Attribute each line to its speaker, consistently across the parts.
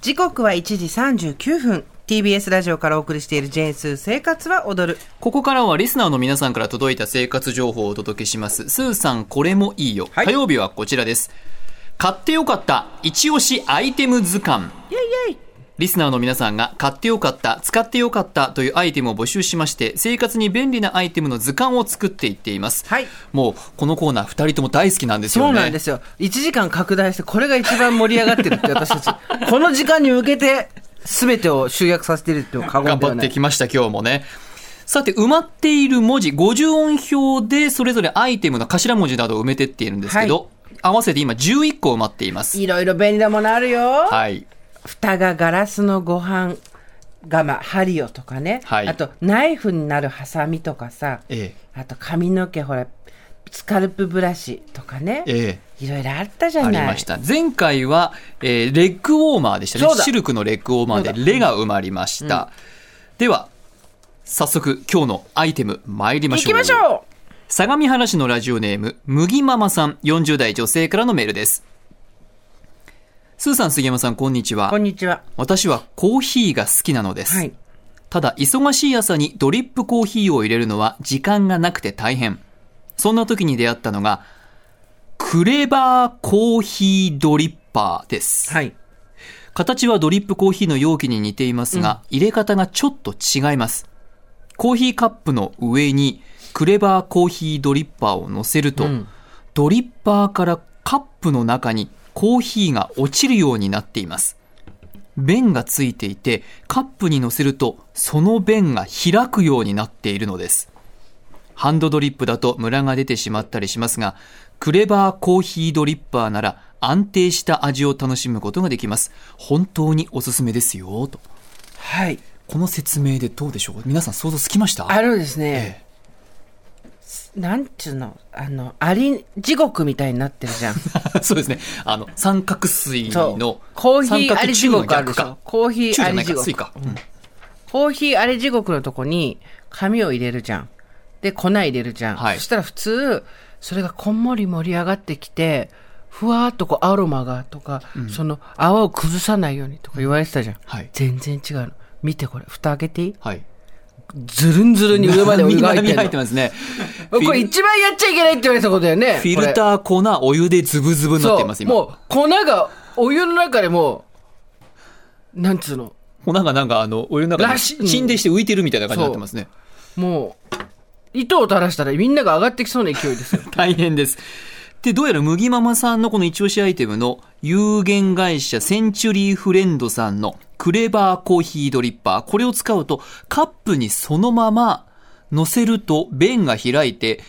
Speaker 1: 時刻は1時39分 TBS ラジオからお送りしている「ジェーンスー生活は踊る
Speaker 2: ここからはリスナーの皆さんから届いた生活情報をお届けします。スーさん、これもいいよ。
Speaker 1: はい
Speaker 2: 火曜日はこちらです。買ってよかった、一押しアイテム図鑑。
Speaker 1: イェイイェイ
Speaker 2: リスナーの皆さんが買ってよかった、使ってよかったというアイテムを募集しまして、生活に便利なアイテムの図鑑を作っていっています。
Speaker 1: はい
Speaker 2: もう、このコーナー二人とも大好きなんですよ
Speaker 1: そ
Speaker 2: ね。
Speaker 1: うなんですよ1時間拡大してこれが一番盛り上がってるって私た ちこの時間に向けて全てを集約させてるっていうのは過言
Speaker 2: 頑
Speaker 1: では
Speaker 2: 張っ
Speaker 1: な
Speaker 2: て
Speaker 1: い
Speaker 2: きました、今日もね。さて、埋まっている文字、50音表でそれぞれアイテムの頭文字などを埋めてっているんですけど、
Speaker 1: は
Speaker 2: 合わせて今11個埋まっています。
Speaker 1: いろいろ便利なものあるよ、
Speaker 2: はい。
Speaker 1: 蓋がガラスのご飯釜針よとかね、
Speaker 2: はい
Speaker 1: あとナイフになるハサミとかさ、
Speaker 2: え
Speaker 1: あと髪の毛ほらスカルプブラシとかね、
Speaker 2: え。え
Speaker 1: いろいろあったじ
Speaker 2: え。
Speaker 1: ゃ
Speaker 2: あ
Speaker 1: な
Speaker 2: り
Speaker 1: い
Speaker 2: ました。前回は、えーレッグウォーマーでした
Speaker 1: そ
Speaker 2: ね
Speaker 1: う。だ
Speaker 2: シルクのレッグウォーマーで、レが埋まりました。では、早速、今日のアイテム、参りま
Speaker 1: 行
Speaker 2: しょう。
Speaker 1: きましょう
Speaker 2: 相模原市のラジオネーム麦ママさん40代女性からのメールですスーさん杉山さんこんにちは
Speaker 1: こんにちは
Speaker 2: 私はコーヒーが好きなのです、
Speaker 1: はい
Speaker 2: ただ忙しい朝にドリップコーヒーを入れるのは時間がなくて大変そんな時に出会ったのがクレバーコーヒードリッパーです、
Speaker 1: はい
Speaker 2: 形はドリップコーヒーの容器に似ていますが、入れ方がちょっと違います。コーヒーカップの上にクレバーコーヒードリッパーを乗せると、
Speaker 1: ん
Speaker 2: ドリッパーからカップの中にコーヒーが落ちるようになっています。弁がついていて、カップに乗せるとその弁が開くようになっているのです。ハンドドリップだとムラが出てしまったりしますが、クレバーコーヒードリッパーなら安定した味を楽しむことができます。本当におすすめですよ、と。
Speaker 1: はい
Speaker 2: この説明でどうでしょう皆さん想像つきました
Speaker 1: あのですね、
Speaker 2: え
Speaker 1: なんちゅうのあのアリ地獄みたいになってるじ ゃん
Speaker 2: え そうですね。あの、三角錐
Speaker 1: そう
Speaker 2: の、
Speaker 1: コーヒ
Speaker 2: 三
Speaker 1: ーあ
Speaker 2: 角
Speaker 1: り地
Speaker 2: 柱の
Speaker 1: 獄ある
Speaker 2: 逆
Speaker 1: でしょ
Speaker 2: か。
Speaker 1: コーヒ
Speaker 2: 中じ
Speaker 1: ーあ
Speaker 2: ゃな
Speaker 1: り地
Speaker 2: いか、
Speaker 1: 獄
Speaker 2: 錐か。うん
Speaker 1: コーヒーあれ地獄のとこに紙を入れるじゃん。で、粉入れるじゃん。
Speaker 2: はい
Speaker 1: そしたら普通、それがこんもり盛り上がってきて、ふわーっとこうアロマがとか、その泡を崩さないようにとか言われてたじゃん。
Speaker 2: はい
Speaker 1: 全然違うの。見てこれ、蓋開けていい
Speaker 2: はい。
Speaker 1: ずるんずるんに上までお湯が入って
Speaker 2: 波入
Speaker 1: る
Speaker 2: ってますね。
Speaker 1: こ
Speaker 2: フ
Speaker 1: れ
Speaker 2: ィル
Speaker 1: 一番やっちゃいけないって言われたことだよね。
Speaker 2: フィルター、粉、お湯でズブズブ
Speaker 1: ー
Speaker 2: になってます、今。
Speaker 1: もう粉がお湯の中でもう、なんつうの、
Speaker 2: 粉がなんか、あの、お湯の中
Speaker 1: ら
Speaker 2: に
Speaker 1: しうん
Speaker 2: 沈殿して浮いてるみたいな感じになってますね。
Speaker 1: もう、糸を垂らしたらみんなが上がってきそうな勢いですよ。
Speaker 2: 大変です。で、どうやら麦ママさんのこの一押しアイテムの有限会社センチュリーフレンドさんのクレバーコーヒードリッパー。これを使うとカップにそのまま乗せると弁が開いて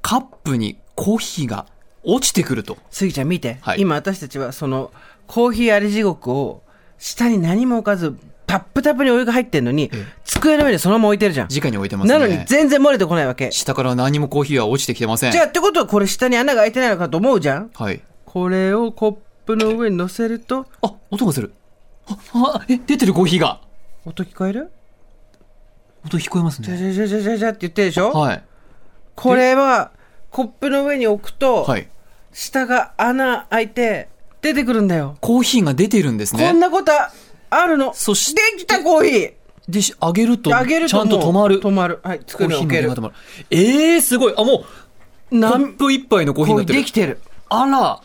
Speaker 2: カップにコーヒーが落ちてくると。
Speaker 1: スギちゃん見て、
Speaker 2: はい
Speaker 1: 今私たちはそのコーヒーあり地獄を下に何も置かずタップタップにお湯が入ってんのに、机の上にそのまま置いてるじゃん、
Speaker 2: 直に置いてますね。
Speaker 1: なのに全然漏れてこないわけ
Speaker 2: 下から何もコーヒーは落ちてきてません。
Speaker 1: じゃあってことはこれ下に穴が開いてないのかと思うじゃん
Speaker 2: はい。
Speaker 1: これをコップの上に乗せると
Speaker 2: あ、音がする。あ、あ、え、出てるコーヒーが。
Speaker 1: 音聞こえる
Speaker 2: 音聞こえます
Speaker 1: じゃ
Speaker 2: ね。
Speaker 1: じゃじゃじゃじゃじゃって言ってるでしょ、
Speaker 2: はい。
Speaker 1: これはコップの上に置くと、
Speaker 2: はい。
Speaker 1: 下が穴開いて出てくるんだよ、
Speaker 2: コーヒーが出てるんですね。
Speaker 1: こんなことあるの
Speaker 2: そして
Speaker 1: できたコーヒー
Speaker 2: で、し上げると、
Speaker 1: あげると
Speaker 2: ちゃんと止まる。
Speaker 1: 止まるはい
Speaker 2: コ
Speaker 1: 作
Speaker 2: ー
Speaker 1: る
Speaker 2: ヒー
Speaker 1: 置
Speaker 2: の
Speaker 1: け
Speaker 2: 出
Speaker 1: る
Speaker 2: が止まる。えー、すごい。あ、もう、コ
Speaker 1: なん
Speaker 2: ップ一杯のコーヒー
Speaker 1: こう
Speaker 2: になってる
Speaker 1: でき。てる。
Speaker 2: あら。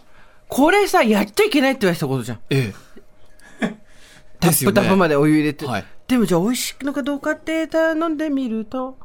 Speaker 1: これさ、やっちゃいけないって言われてたことじゃん。
Speaker 2: ええ。
Speaker 1: タ
Speaker 2: で
Speaker 1: ッ
Speaker 2: すよ
Speaker 1: プ
Speaker 2: ね
Speaker 1: タップまでお湯入れて。
Speaker 2: はい
Speaker 1: でもじゃあ美味しいのかどうかって頼んでみると、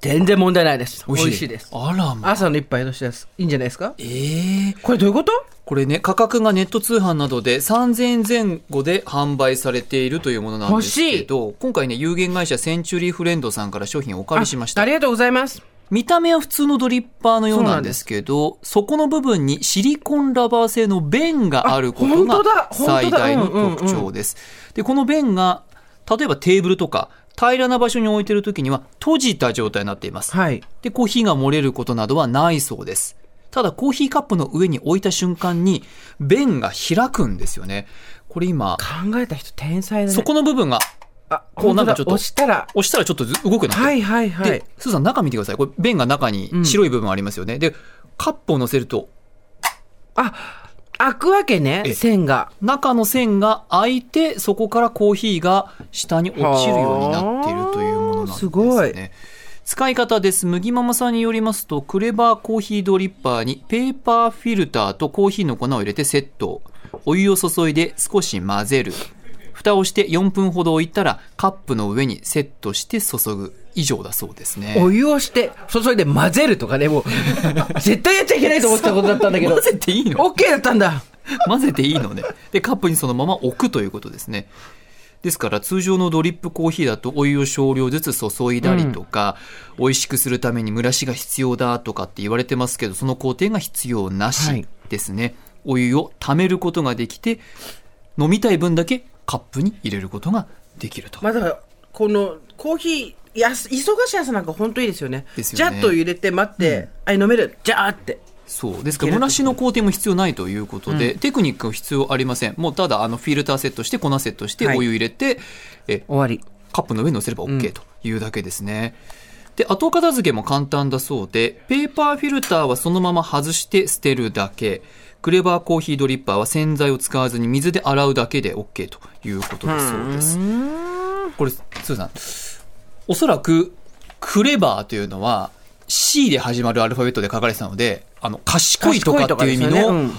Speaker 1: 全然問題ないです。美味しいです。
Speaker 2: あらま。
Speaker 1: 朝の一杯としてはいいんじゃないですか
Speaker 2: ええ
Speaker 1: これどういうこと
Speaker 2: これね、価格がネット通販などで3000円前後で販売されているというものなんですけど、今回ね、有限会社センチュリーフレンドさんから商品をお借りしました
Speaker 1: あ。りがとうございます。
Speaker 2: 見た目は普通のドリッパーのようなんですけど、そこの部分にシリコンラバー製の弁があること
Speaker 1: あ本当だ
Speaker 2: が
Speaker 1: 本当だ
Speaker 2: 最大の特徴です。で、この弁が、例えばテーブルとか平らな場所に置いてるときには閉じた状態になっています。
Speaker 1: はい。
Speaker 2: で、コーヒーが漏れることなどはないそうです。ただ、コーヒーカップの上に置いた瞬間に、弁が開くんですよね。これ今、
Speaker 1: 考えた人天才だね。
Speaker 2: そこの部分が
Speaker 1: あ、
Speaker 2: こうな
Speaker 1: 本当
Speaker 2: んか
Speaker 1: だ
Speaker 2: ちょっと
Speaker 1: 押したら、
Speaker 2: 押したらちょっとず動くようになってる
Speaker 1: はいはいはい
Speaker 2: で。、スーさん、中見てください。これ、弁が中に白い部分ありますよね。で、カップを乗せると、
Speaker 1: あ、開くわけね
Speaker 2: ええ
Speaker 1: 線が
Speaker 2: 中の線が開いてそこからコーヒーが下に落ちるようになっているというものなんですね。
Speaker 1: すごい
Speaker 2: 使い方です。麦ママさんによりますと、クレバーコーヒードリッパーにペーパーフィルターとコーヒーの粉を入れてセット。お湯を注いで少し混ぜる。蓋をして4分ほど置いたらカップの上にセットして注ぐ。以上だそうですね。
Speaker 1: お湯をして注いで混ぜるとかね もう絶対やっちゃいけないと思ってたことだったんだけど
Speaker 2: 混ぜていいの
Speaker 1: OK だったんだ
Speaker 2: 混ぜていいのね。で、カップにそのまま置くということですね。ですから通常のドリップコーヒーだとお湯を少量ずつ注いだりとか、美味しくするために蒸らしが必要だとかって言われてますけどその工程が必要な
Speaker 1: はい
Speaker 2: しですね、お湯を溜めることができて飲みたい分だけカップに入れることができると、
Speaker 1: まあだからこのコーヒーやす忙しい朝なんか本当いいですよね
Speaker 2: です
Speaker 1: ジ
Speaker 2: よ
Speaker 1: ャ
Speaker 2: ね
Speaker 1: ッと入れて待って、あ飲めるジャーって
Speaker 2: そうですから蒸らしの工程も必要ないということで、テクニックは必要ありませんもうただあのフィルターセットして粉セットして
Speaker 1: はい
Speaker 2: お湯入れて、え
Speaker 1: 終わり
Speaker 2: カップの上に乗せれば
Speaker 1: うん
Speaker 2: OK というだけですね。で、後片付けも簡単だそうで、ペーパーフィルターはそのまま外して捨てるだけ。クレバーコーヒードリッパーは洗剤を使わずに水で洗うだけで OK ということだそうです。これ、スーさん、おそらく、クレバーというのは C で始まるアルファベットで書かれてたので、あの、賢いとかっていう意味
Speaker 1: 賢いとかですよ
Speaker 2: の
Speaker 1: ねうん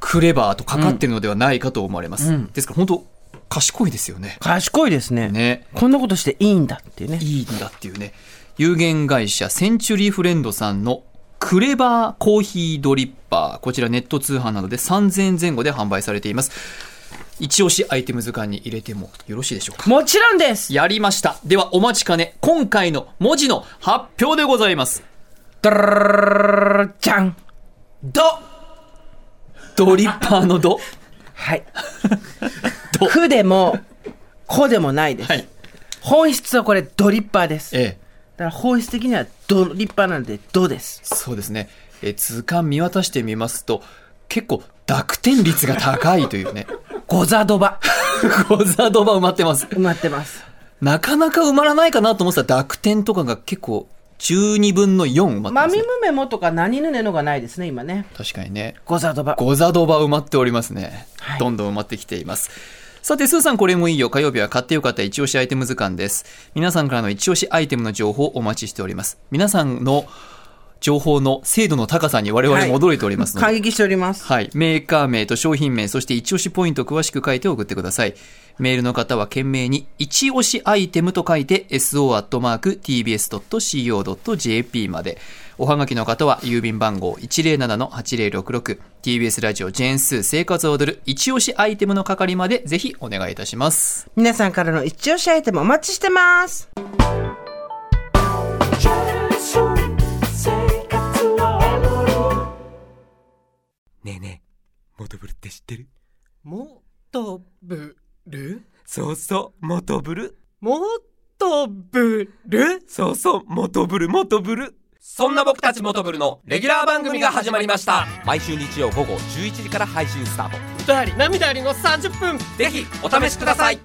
Speaker 2: クレバーとかかってるのではないかと思われます。
Speaker 1: うん
Speaker 2: ですから、本当賢いですよね。
Speaker 1: 賢いですね
Speaker 2: ね。
Speaker 1: こんなことしていいんだっていうね
Speaker 2: いいんだっていうね。有限会社センチュリーフレンドさんのクレバーコーヒードリッパー。こちらネット通販などで3000円前後で販売されています。一押しアイテム図鑑に入れてもよろしいでしょうか
Speaker 1: もちろんです
Speaker 2: やりました。ではお待ちかね、今回の文字の発表でございます。
Speaker 1: ドルルルルルじゃん
Speaker 2: ドドリッパーのド
Speaker 1: はい
Speaker 2: ど
Speaker 1: くでもこでもないです、
Speaker 2: はい。
Speaker 1: 本質はこれドリッパーですだか
Speaker 2: ええ。
Speaker 1: ら本質的にはドリッパーなんでドです
Speaker 2: そうですね。えー図鑑見渡してみますと、結構濁点率が高いというね。
Speaker 1: ゴザドバ
Speaker 2: ござドバ埋まってます。
Speaker 1: 埋まってます
Speaker 2: なかなか埋まらないかなと思ってた濁点とかが結構12分の4埋まって
Speaker 1: マ
Speaker 2: ます、
Speaker 1: ミ
Speaker 2: ね
Speaker 1: ム。メモとか何ぬねのがないですね今ね
Speaker 2: 確かにね。
Speaker 1: ゴザドバ
Speaker 2: ゴザドバ埋まっておりますね。
Speaker 1: はい
Speaker 2: どんどん埋まってきています。さて、スーさんこれもいいよ。火曜日は買ってよかった一押しアイテム図鑑です。皆さんからの一押しアイテムの情報をお待ちしております。皆さんの情報の精度の高さに我々も驚いておりますので、
Speaker 1: 感激しております
Speaker 2: はい。メーカー名と商品名、そして一押しポイントを詳しく書いて送ってください。メールの方は懸命に、一押しアイテムと書いて、so.tbs.co.jp まで。おはがきの方は、郵便番号107-8066、TBS ラジオジェーンスー生活を踊る、一押しアイテムの係まで、ぜひお願いいたします。
Speaker 1: 皆さんからの一押しアイテムお待ちしてます
Speaker 3: ねえねえ、モトブルって知ってる
Speaker 4: もとぶる
Speaker 3: そうそう、モトブル。
Speaker 4: もとぶる
Speaker 3: そうそう、モトブル、モトブル。
Speaker 4: そんな僕たちモトブルのレギュラー番組が始まりました
Speaker 3: 毎週日曜午後11時から配信スタート。
Speaker 4: 歌あり涙ありの30分
Speaker 3: ぜひ、お試しください。